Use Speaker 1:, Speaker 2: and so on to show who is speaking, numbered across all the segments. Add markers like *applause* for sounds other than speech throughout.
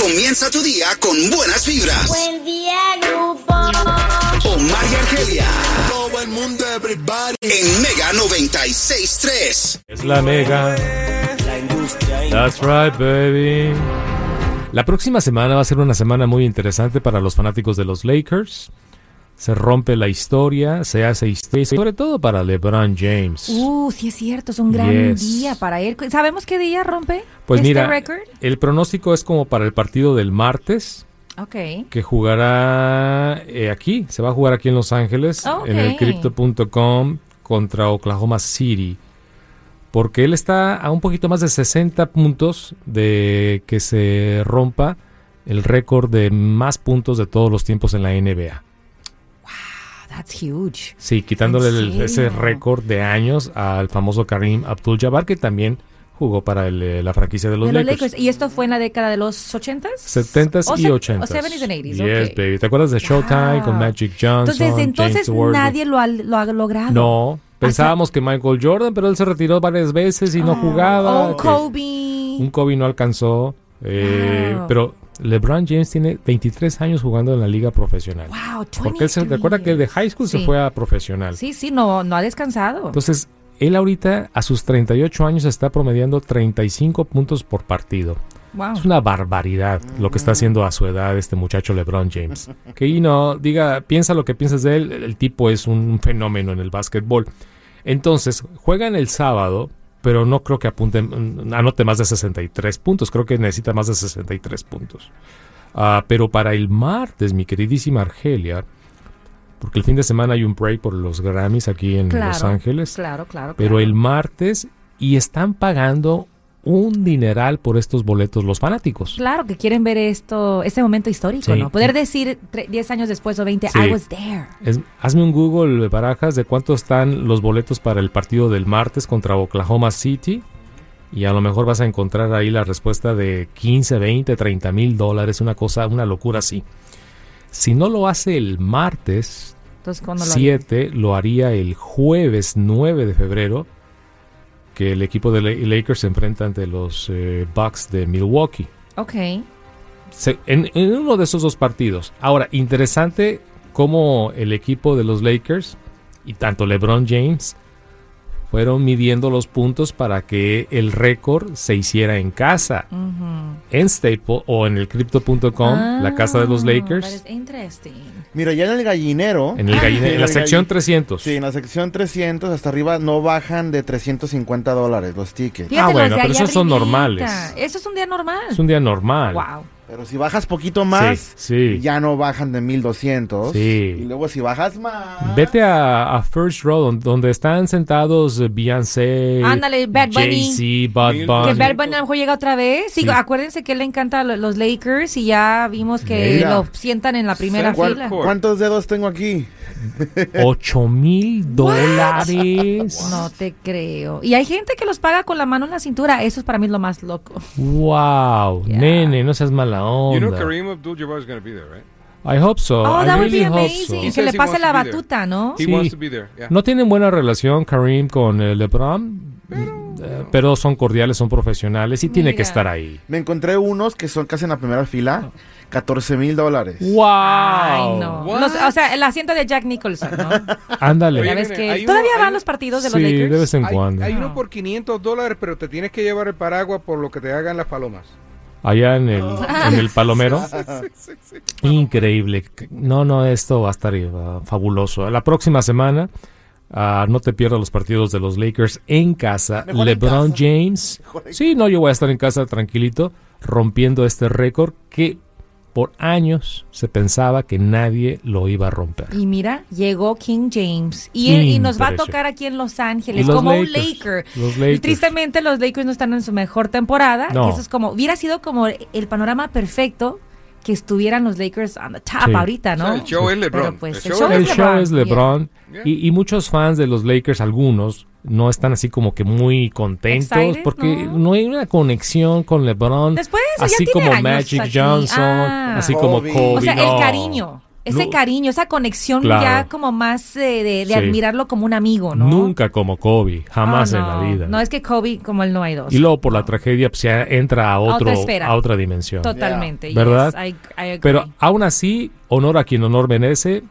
Speaker 1: Comienza tu día con buenas vibras.
Speaker 2: Buen día, grupo.
Speaker 1: Omar y Argelia.
Speaker 3: Todo el mundo, everybody.
Speaker 1: En Mega 96.3.
Speaker 4: Es la mega. That's right, baby. La próxima semana va a ser una semana muy interesante para los fanáticos de los Lakers. Se rompe la historia, se hace historia, sobre todo para LeBron James.
Speaker 5: Uh, sí es cierto, es un gran
Speaker 4: Yes.
Speaker 5: día para él. ¿Sabemos qué día rompe
Speaker 4: Pues
Speaker 5: este
Speaker 4: mira,
Speaker 5: récord?
Speaker 4: el pronóstico es como para el partido del martes,
Speaker 5: Ok.
Speaker 4: que jugará eh, aquí, se va a jugar aquí en Los Ángeles,
Speaker 5: Ah, Ok.
Speaker 4: en el crypto.com contra Oklahoma City. Porque él está a un poquito más de 60 puntos de que se rompa el récord de más puntos de todos los tiempos en la NBA.
Speaker 5: Ah, That's huge.
Speaker 4: Sí, quitándole el-
Speaker 5: serio?
Speaker 4: ese récord de años al famoso Karim Abdul-Jabbar, que también jugó para el, eh, la franquicia de los,
Speaker 5: de los
Speaker 4: Lakers.
Speaker 5: Lakers. ¿Y esto fue en la década de los 80s?
Speaker 4: 70s
Speaker 5: O
Speaker 4: y
Speaker 5: se-
Speaker 4: 80s.
Speaker 5: O 70s and 80s.
Speaker 4: Yes,
Speaker 5: ok.
Speaker 4: baby. ¿Te acuerdas de Showtime
Speaker 5: Wow.
Speaker 4: con Magic Johnson?
Speaker 5: Entonces, desde entonces
Speaker 4: James Worthy?
Speaker 5: nadie lo ha, lo ha logrado.
Speaker 4: No, pensábamos que Michael Jordan, pero él se retiró varias veces y no jugaba.
Speaker 5: O un
Speaker 4: que
Speaker 5: Oh, Kobe.
Speaker 4: Un Kobe no alcanzó. eh,
Speaker 5: Wow.
Speaker 4: Pero LeBron James tiene 23 años jugando en la liga profesional.
Speaker 5: Wow,
Speaker 4: Porque él se
Speaker 5: 22
Speaker 4: recuerda que de high school se
Speaker 5: Sí.
Speaker 4: fue a profesional.
Speaker 5: Sí, sí, no, no ha descansado.
Speaker 4: Entonces, él ahorita a sus 38 años está promediando 35 puntos por partido.
Speaker 5: wow.
Speaker 4: Es una barbaridad lo que está haciendo a su edad este muchacho LeBron James. Que y no, diga, piensa lo que piensas de él, el tipo es un fenómeno en el básquetbol. Entonces, juegan el sábado, pero no creo que apunte, mm, anote más de 63 puntos, creo que necesita más de 63 puntos. Ah, pero para el martes, mi queridísima Argelia, porque el fin de semana hay un break por los Grammys aquí en
Speaker 5: Claro,
Speaker 4: Los Ángeles.
Speaker 5: Claro, claro.
Speaker 4: Pero
Speaker 5: claro.
Speaker 4: el martes y están pagando un dineral por estos boletos los fanáticos.
Speaker 5: Claro que quieren ver esto, este momento histórico,
Speaker 4: Sí.
Speaker 5: ¿no? Poder decir tre- 10 años después o 20,
Speaker 4: Sí.
Speaker 5: I was there.
Speaker 4: Es- hazme un Google barajas de cuánto están los boletos para el partido del martes contra Oklahoma City y a lo mejor vas a encontrar ahí la respuesta de 15, 20, 30 mil dólares, una cosa, una locura así. Si no lo hace el martes,
Speaker 5: Entonces, cuando lo-
Speaker 4: 7 lo haría el jueves 9 de febrero, que el equipo de la- Lakers se enfrenta ante los eh, Bucks de Milwaukee.
Speaker 5: Ok.
Speaker 4: Se- en, en uno de esos dos partidos. Ahora, interesante cómo el equipo de los Lakers y tanto LeBron James fueron midiendo los puntos para que el récord se hiciera en casa,
Speaker 5: Ujú.
Speaker 4: en Staple o en el crypto.com, la casa de los
Speaker 5: Ah,
Speaker 4: Lakers, Ah,
Speaker 5: that is interesting.
Speaker 6: Mira, ya en el gallinero. Ah,
Speaker 4: en,
Speaker 5: Ah.
Speaker 4: el gallin-
Speaker 6: Sí,
Speaker 4: en la
Speaker 6: el
Speaker 4: sección
Speaker 6: galli-
Speaker 4: 300.
Speaker 6: Sí, en la sección 300 hasta arriba no bajan de 350 dólares los tickets.
Speaker 5: Fíjate, los
Speaker 4: bueno,
Speaker 5: de
Speaker 4: pero
Speaker 5: ahí
Speaker 4: esos son
Speaker 5: arribita.
Speaker 4: normales.
Speaker 5: Eso es un día normal.
Speaker 4: Es un día normal.
Speaker 5: Wow.
Speaker 6: Pero si bajas poquito más,
Speaker 4: Sí, sí.
Speaker 6: ya no bajan de 1200.
Speaker 4: Sí.
Speaker 6: Y luego si bajas más.
Speaker 4: Vete a, a First Row, don- donde están sentados eh, Beyoncé,
Speaker 5: Ándale, Bad Bunny.
Speaker 4: Jay-Z, Bud
Speaker 6: Mil-
Speaker 4: Bunny.
Speaker 5: Que Bad Bunny a lo mejor llega otra vez. Sí,
Speaker 4: Sí.
Speaker 5: acuérdense que él le encanta lo- los Lakers y ya vimos que
Speaker 6: Mira.
Speaker 5: lo sientan en la primera
Speaker 6: ¿Cuál-
Speaker 5: fila.
Speaker 6: ¿Cuántos dedos tengo aquí?
Speaker 4: 8 mil dólares.
Speaker 5: No te creo. Y hay gente que los paga con la mano en la cintura. Eso es para mí lo más loco.
Speaker 4: Wow,
Speaker 5: Yeah.
Speaker 4: nene, no seas mala
Speaker 7: You know
Speaker 4: onda.
Speaker 7: Kareem Abdul-Jabbar is going to be there, right?
Speaker 4: I hope so.
Speaker 5: Oh,
Speaker 4: I
Speaker 5: that would
Speaker 4: really
Speaker 5: be
Speaker 4: hope
Speaker 5: amazing.
Speaker 7: He
Speaker 4: so.
Speaker 5: Que le
Speaker 7: says he
Speaker 5: pase
Speaker 7: wants
Speaker 5: la
Speaker 7: to be there.
Speaker 5: batuta, ¿no?
Speaker 7: He
Speaker 4: Sí.
Speaker 7: wants to be there. Yeah.
Speaker 4: No tienen buena relación Karim con eh, LeBron, eh, pero son cordiales, son profesionales y tiene que
Speaker 5: Mira.
Speaker 4: estar ahí.
Speaker 6: Me encontré unos que son casi en la primera fila, 14 mil dólares.
Speaker 4: Wow.
Speaker 5: Ay, no.
Speaker 7: What?
Speaker 5: Los- o sea, el asiento de Jack Nicholson, ¿no? Ya
Speaker 4: Ándale.
Speaker 7: Oye,
Speaker 5: ves
Speaker 7: nene,
Speaker 5: que
Speaker 7: hay uno-
Speaker 5: todavía
Speaker 7: hay
Speaker 5: van
Speaker 7: uno-
Speaker 5: los partidos de los
Speaker 4: sí, de
Speaker 5: Lakers.
Speaker 4: vez en
Speaker 7: Hay,
Speaker 4: cuando.
Speaker 7: hay uno por 500 dólares, pero te tienes que llevar el paraguas por lo que te hagan las palomas.
Speaker 4: Allá en el, en el Palomero.
Speaker 7: Sí, sí.
Speaker 4: Increíble. No, no, esto va a estar eh, fabuloso. La próxima semana, ah, no te pierdas los partidos de los Lakers en casa.
Speaker 6: Mejor en
Speaker 4: LeBron
Speaker 6: casa.
Speaker 4: James.
Speaker 6: Mejor en
Speaker 4: Sí, no, yo voy a estar en casa tranquilito, rompiendo este récord que por años se pensaba que nadie lo iba a romper.
Speaker 5: Y mira, llegó King James. Y, él- y nos va a
Speaker 4: Impresionante.
Speaker 5: tocar aquí en Los
Speaker 4: Y
Speaker 5: Ángeles,
Speaker 4: los
Speaker 5: como un
Speaker 4: Lakers,
Speaker 5: Laker.
Speaker 4: los Lakers.
Speaker 5: Y tristemente los Lakers no están en su mejor temporada.
Speaker 4: No.
Speaker 5: que Eso es como, hubiera sido como el panorama perfecto que estuvieran los Lakers on the top
Speaker 4: Sí.
Speaker 5: ahorita, ¿no?
Speaker 7: O sea, el show es LeBron.
Speaker 5: Pero pues, el
Speaker 7: El
Speaker 5: show
Speaker 7: show
Speaker 4: El
Speaker 5: es
Speaker 4: show es
Speaker 5: LeBron.
Speaker 4: LeBron y, y muchos fans de los Lakers, algunos, no están así como que muy contentos
Speaker 5: Excited,
Speaker 4: porque
Speaker 5: ¿no?
Speaker 4: no. hay una conexión con LeBron,
Speaker 5: Después de eso ya
Speaker 4: así
Speaker 5: tiene
Speaker 4: como
Speaker 5: años
Speaker 4: Magic
Speaker 5: aquí.
Speaker 4: Johnson,
Speaker 5: Ah.
Speaker 4: así como
Speaker 6: Kobe.
Speaker 4: Kobe.
Speaker 5: O sea,
Speaker 4: no.
Speaker 5: el cariño. Ese
Speaker 4: No.
Speaker 5: cariño, esa conexión
Speaker 4: Claro.
Speaker 5: ya como más eh, de, de
Speaker 4: Sí.
Speaker 5: admirarlo como un amigo, ¿no?
Speaker 4: Nunca como Kobe, jamás
Speaker 5: Ah,
Speaker 4: en la
Speaker 5: no.
Speaker 4: vida.
Speaker 5: No, es que Kobe, como él no hay dos.
Speaker 4: y luego por la tragedia pues, ya entra a, otro,
Speaker 5: otra
Speaker 4: a,
Speaker 5: esfera.
Speaker 4: otra dimensión.
Speaker 5: Totalmente.
Speaker 4: ¿Verdad?
Speaker 5: yes, I- I agree.
Speaker 4: Pero aún así, honor a quien honor merece.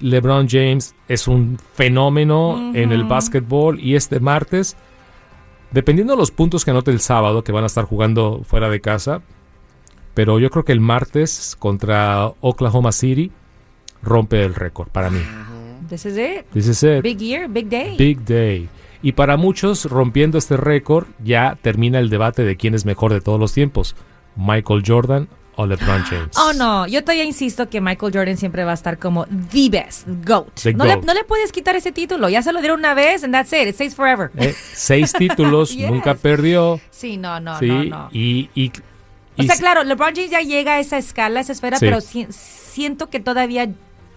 Speaker 4: LeBron James es un fenómeno en el básquetbol y este martes, dependiendo de los puntos que anote el sábado, que van a estar jugando fuera de casa, pero yo creo que el martes contra Oklahoma City rompe el récord para mí.
Speaker 5: This is it.
Speaker 4: This is it.
Speaker 5: Big year, big day.
Speaker 4: Big Day. Y para muchos, rompiendo este récord, ya termina el debate de quién es mejor de todos los tiempos, Michael Jordan o LeBron James.
Speaker 5: *gasps* Oh, no. Yo todavía insisto que Michael Jordan siempre va a estar como the best, GOAT.
Speaker 4: The
Speaker 5: no, Le,
Speaker 4: GOAT.
Speaker 5: no le puedes quitar ese título. Ya se lo dieron una vez and that's it. It stays forever.
Speaker 4: Eh,
Speaker 5: *laughs*
Speaker 4: seis títulos,
Speaker 5: Yes.
Speaker 4: nunca perdió.
Speaker 5: Sí, no, no,
Speaker 4: sí,
Speaker 5: no, no.
Speaker 4: y, y-
Speaker 5: O
Speaker 4: y
Speaker 5: sea,
Speaker 4: si-
Speaker 5: claro, LeBron James ya llega a esa escala, a esa esfera,
Speaker 4: Sí.
Speaker 5: pero si- siento que todavía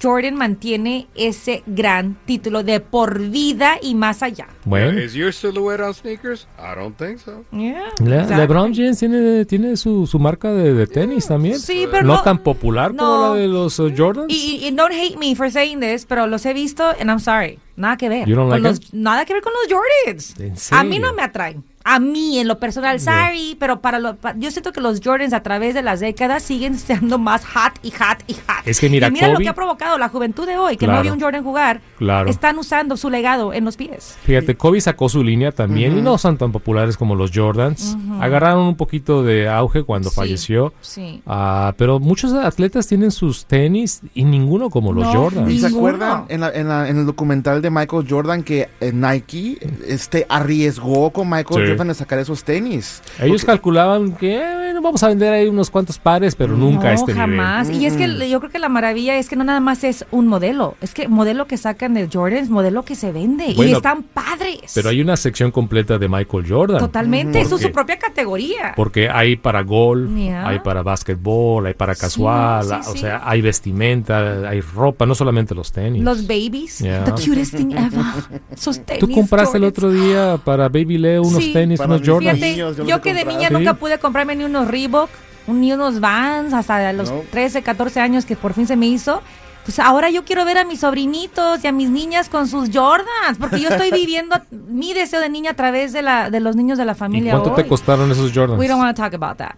Speaker 5: Jordan mantiene ese gran título de por vida y más allá.
Speaker 4: Bueno,
Speaker 7: Uh, Is your silhouette on sneakers? I don't think so.
Speaker 5: Yeah,
Speaker 4: Le-
Speaker 5: exactly.
Speaker 4: LeBron James tiene, tiene su, su marca de, de tenis también.
Speaker 5: Mm, Sí, pero
Speaker 4: no,
Speaker 5: no-
Speaker 4: tan popular
Speaker 5: no.
Speaker 4: como la de los eh, Jordans.
Speaker 5: Y, y- y don't hate me for saying this, pero los he visto and I'm sorry. Nada que ver.
Speaker 4: You don't
Speaker 5: Con
Speaker 4: like
Speaker 5: los- nada que ver con los Jordans.
Speaker 4: ¿En
Speaker 5: A
Speaker 4: serio?
Speaker 5: mí no me atraen. A mí, en lo personal, sorry, pero para lo, pa- yo siento que los Jordans a través de las décadas siguen siendo más hot y hot y hot.
Speaker 4: Es que mira,
Speaker 5: y mira lo
Speaker 4: Kobe-
Speaker 5: que ha provocado la juventud de hoy, que no
Speaker 4: Claro.
Speaker 5: vio un Jordan jugar.
Speaker 4: Claro.
Speaker 5: Están usando su legado en los pies.
Speaker 4: Fíjate, Kobe sacó su línea también y no son tan populares como los Jordans. Agarraron un poquito de auge cuando
Speaker 5: Sí,
Speaker 4: falleció.
Speaker 5: sí.
Speaker 4: Ah, pero muchos atletas tienen sus tenis y ninguno como los
Speaker 5: No,
Speaker 4: Jordans.
Speaker 6: ¿Y se
Speaker 5: Ninguno.
Speaker 6: acuerdan en, la- en la- en el documental de Michael Jordan que eh, Nike este, arriesgó con Michael
Speaker 4: Sí.
Speaker 6: Jordan de sacar esos tenis?
Speaker 4: Ellos
Speaker 6: Porque-
Speaker 4: calculaban que eh, bueno, vamos a vender ahí unos cuantos pares, pero nunca a
Speaker 5: no,
Speaker 4: este nivel.
Speaker 5: jamás. Y es que l- yo creo que la maravilla es que no nada más es un modelo. Es que modelo que sacan de Jordans, modelo que se vende. y
Speaker 4: Bueno,
Speaker 5: están padres.
Speaker 4: Pero hay una sección completa de Michael Jordan.
Speaker 5: Totalmente, eso es su
Speaker 4: Porque-
Speaker 5: propia categoría.
Speaker 4: Porque hay para golf,
Speaker 5: Ya.
Speaker 4: hay para básquetbol, hay para casual,
Speaker 5: sí,
Speaker 4: o
Speaker 5: sí.
Speaker 4: sea, hay vestimenta, hay ropa, no solamente los tenis.
Speaker 5: Los babies,
Speaker 4: Ya.
Speaker 5: the cutest thing ever. *laughs* Esos tenis.
Speaker 4: Tú compraste el
Speaker 5: Jordans.
Speaker 4: otro día para Baby Leo unos
Speaker 5: Sí.
Speaker 4: tenis,
Speaker 6: Para
Speaker 4: unos
Speaker 6: mis
Speaker 4: Jordan.
Speaker 5: Fíjate,
Speaker 6: Niños, yo
Speaker 5: yo,
Speaker 6: los he
Speaker 5: que de
Speaker 6: comprado.
Speaker 5: niña
Speaker 4: Sí.
Speaker 5: nunca pude comprarme ni unos Reebok, ni unos Vans, hasta los
Speaker 6: No.
Speaker 5: 13, 14 años que por fin se me hizo. Pues ahora yo quiero ver a mis sobrinitos y a mis niñas con sus Jordans, porque
Speaker 4: *laughs*
Speaker 5: yo estoy viviendo mi deseo de niña a través de, la, de los niños de la
Speaker 4: ¿Y
Speaker 5: familia.
Speaker 4: cuánto
Speaker 5: hoy.
Speaker 4: te costaron esos Jordans?
Speaker 5: We don't want to talk about that.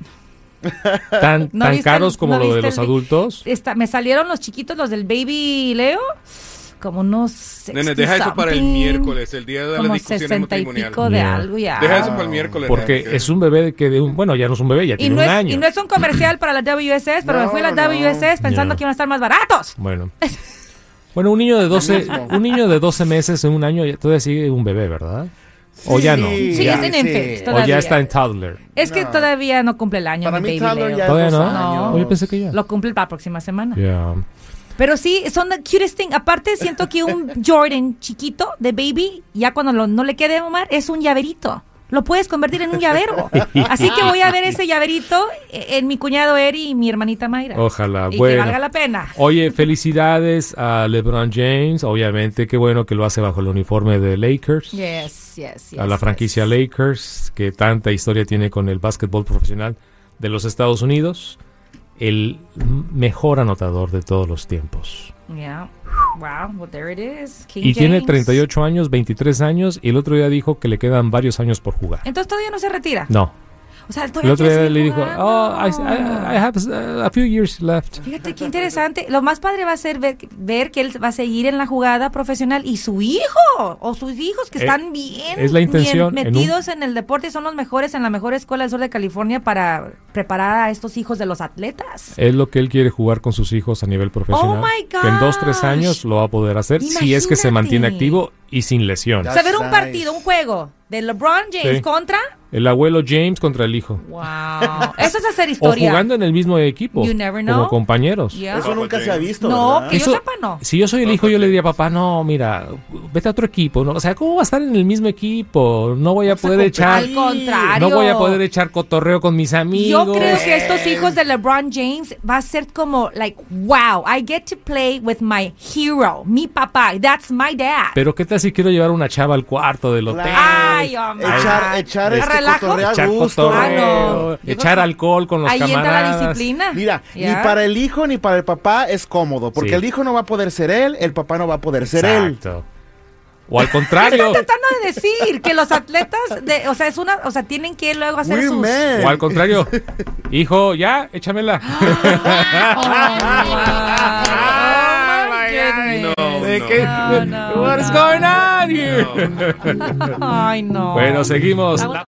Speaker 4: ¿Tan,
Speaker 5: *laughs* ¿No
Speaker 4: tan
Speaker 5: viste
Speaker 4: caros
Speaker 5: el-
Speaker 4: como
Speaker 5: no
Speaker 4: lo de
Speaker 5: viste
Speaker 4: los
Speaker 5: el vi- *laughs*
Speaker 4: adultos?
Speaker 5: Esta- me salieron los chiquitos, los del baby Leo, como unos.
Speaker 8: Nene, deja eso para el
Speaker 5: 60
Speaker 8: miércoles, el día de las
Speaker 5: como
Speaker 8: discusiones
Speaker 5: 60 y
Speaker 8: matrimoniales.
Speaker 5: pico de Ah.
Speaker 4: Ya.
Speaker 5: algo ya.
Speaker 8: Deja eso para el miércoles.
Speaker 4: Porque
Speaker 8: nene,
Speaker 4: es un bebé de que de un, bueno, ya no es un bebé, ya
Speaker 5: Y
Speaker 4: tiene
Speaker 5: no,
Speaker 4: un
Speaker 5: es,
Speaker 4: año.
Speaker 5: y no es un comercial para las WSS, pero me fui a las
Speaker 6: No, no.
Speaker 5: WSS pensando
Speaker 4: Ya.
Speaker 5: que iban a estar más baratos. *laughs*
Speaker 4: Bueno. Bueno, un niño de 12, un niño de 12 meses, en un año, ya todavía sigue un bebé, ¿verdad? O ya no.
Speaker 5: Sí,
Speaker 4: ya.
Speaker 5: es en infant,
Speaker 4: o ya
Speaker 5: todavía.
Speaker 4: está en toddler.
Speaker 5: Es que todavía no cumple el año.
Speaker 6: Para
Speaker 5: mi
Speaker 6: mí,
Speaker 5: baby
Speaker 6: Tyler
Speaker 5: Leo.
Speaker 6: ya
Speaker 4: Todavía
Speaker 6: es dos
Speaker 4: no.
Speaker 5: No.
Speaker 6: años.
Speaker 4: Oh, yo pensé que ya.
Speaker 5: Lo cumple la próxima semana.
Speaker 4: Ya.
Speaker 5: Pero sí, son the cutest thing. Aparte, siento que un Jordan chiquito de baby, ya cuando lo- no le quede Omar, es un llaverito. Lo puedes convertir en un llavero.
Speaker 4: *laughs*
Speaker 5: Así que voy a ver ese llaverito en mi cuñado Eri y mi hermanita Mayra.
Speaker 4: Ojalá,
Speaker 5: Y que
Speaker 4: bueno.
Speaker 5: valga la pena.
Speaker 4: Oye, felicidades a LeBron James. Obviamente, qué bueno que lo hace bajo el uniforme de Lakers.
Speaker 5: Yes, yes, yes,
Speaker 4: a la
Speaker 5: yes.
Speaker 4: franquicia Lakers, que tanta historia tiene con el básquetbol profesional de los Estados Unidos. El mejor anotador de todos los tiempos.
Speaker 5: Yeah. Wow, well, there it is. King
Speaker 4: Y tiene
Speaker 5: James.
Speaker 4: 38 años, 23 años, y el otro día dijo que le quedan varios años por jugar.
Speaker 5: Entonces todavía no se retira.
Speaker 4: No,
Speaker 5: O sea, todavía
Speaker 4: el otro
Speaker 5: quiere
Speaker 4: día
Speaker 5: seguir
Speaker 4: le dijo,
Speaker 5: jugando.
Speaker 4: oh, I, I- I have uh, a few years left.
Speaker 5: Fíjate qué interesante. Lo más padre va a ser ver, ver que él va a seguir en la jugada profesional y su hijo o sus hijos que
Speaker 4: Eh,
Speaker 5: están bien,
Speaker 4: es la
Speaker 5: bien
Speaker 4: intención, en un-
Speaker 5: metidos en, el deporte son los mejores en la mejor escuela del sur de California para preparar a estos hijos de los atletas.
Speaker 4: Es lo que él quiere jugar con sus hijos a nivel profesional.
Speaker 5: Oh my
Speaker 4: que en dos, tres
Speaker 5: gosh.
Speaker 4: años lo va a poder hacer si es que se
Speaker 5: Imagínate.
Speaker 4: mantiene activo y sin lesiones.
Speaker 5: O sea, ver un
Speaker 6: nice.
Speaker 5: partido, un juego de LeBron James
Speaker 4: Sí.
Speaker 5: contra.
Speaker 4: El abuelo James contra el hijo. *laughs*
Speaker 5: Wow. Eso es hacer
Speaker 4: O
Speaker 5: historia.
Speaker 4: jugando en el mismo equipo.
Speaker 5: You never know.
Speaker 4: Como compañeros.
Speaker 5: Yeah.
Speaker 6: Eso nunca se ha visto.
Speaker 5: No,
Speaker 6: ¿verdad?
Speaker 5: que
Speaker 4: Eso-
Speaker 5: yo sepa no.
Speaker 4: Si yo soy el hijo, yo le diría, papá, no, mira, vete a otro equipo. ¿no? O sea, ¿cómo va a estar en el mismo equipo? No voy a
Speaker 6: Vamos a
Speaker 4: poder echar.
Speaker 5: Al contrario.
Speaker 4: No voy a poder echar cotorreo con mis amigos.
Speaker 5: Yo creo que estos hijos de LeBron James va a ser como, like, wow, I get to play with my hero, mi papá, that's my dad.
Speaker 4: Pero qué tal si quiero llevar una chava al cuarto del hotel.
Speaker 5: Ay, hombre.
Speaker 6: Echar, echar
Speaker 5: A
Speaker 6: este,
Speaker 5: relajo?
Speaker 6: cotorrear a
Speaker 4: Echar
Speaker 6: gusto.
Speaker 4: cotorreo,
Speaker 5: Ah,
Speaker 6: no.
Speaker 4: echar alcohol con los
Speaker 5: Ahí entra la
Speaker 4: camaradas.
Speaker 5: disciplina.
Speaker 6: Ah, Mira,
Speaker 5: Ya.
Speaker 6: ni para el hijo ni para el papá es cómodo, porque
Speaker 4: Sí.
Speaker 6: el hijo no va a poder ser él, el papá no va a poder ser él.
Speaker 4: Exacto. O al contrario.
Speaker 5: *laughs* Están tratando de decir que los atletas, de, o sea, es una, o sea, tienen que luego hacer
Speaker 6: We
Speaker 5: sus.
Speaker 6: men.
Speaker 4: o al contrario. Hijo, ya, échamela.
Speaker 5: Oh,
Speaker 4: *laughs*
Speaker 5: Ah, oh my goodness.
Speaker 8: No,
Speaker 4: *laughs* ¿De
Speaker 8: no.
Speaker 4: qué?
Speaker 5: No, no,
Speaker 4: What is
Speaker 5: no.
Speaker 4: going on here?
Speaker 5: Ay, no.
Speaker 4: Bueno, seguimos.
Speaker 5: Vamos-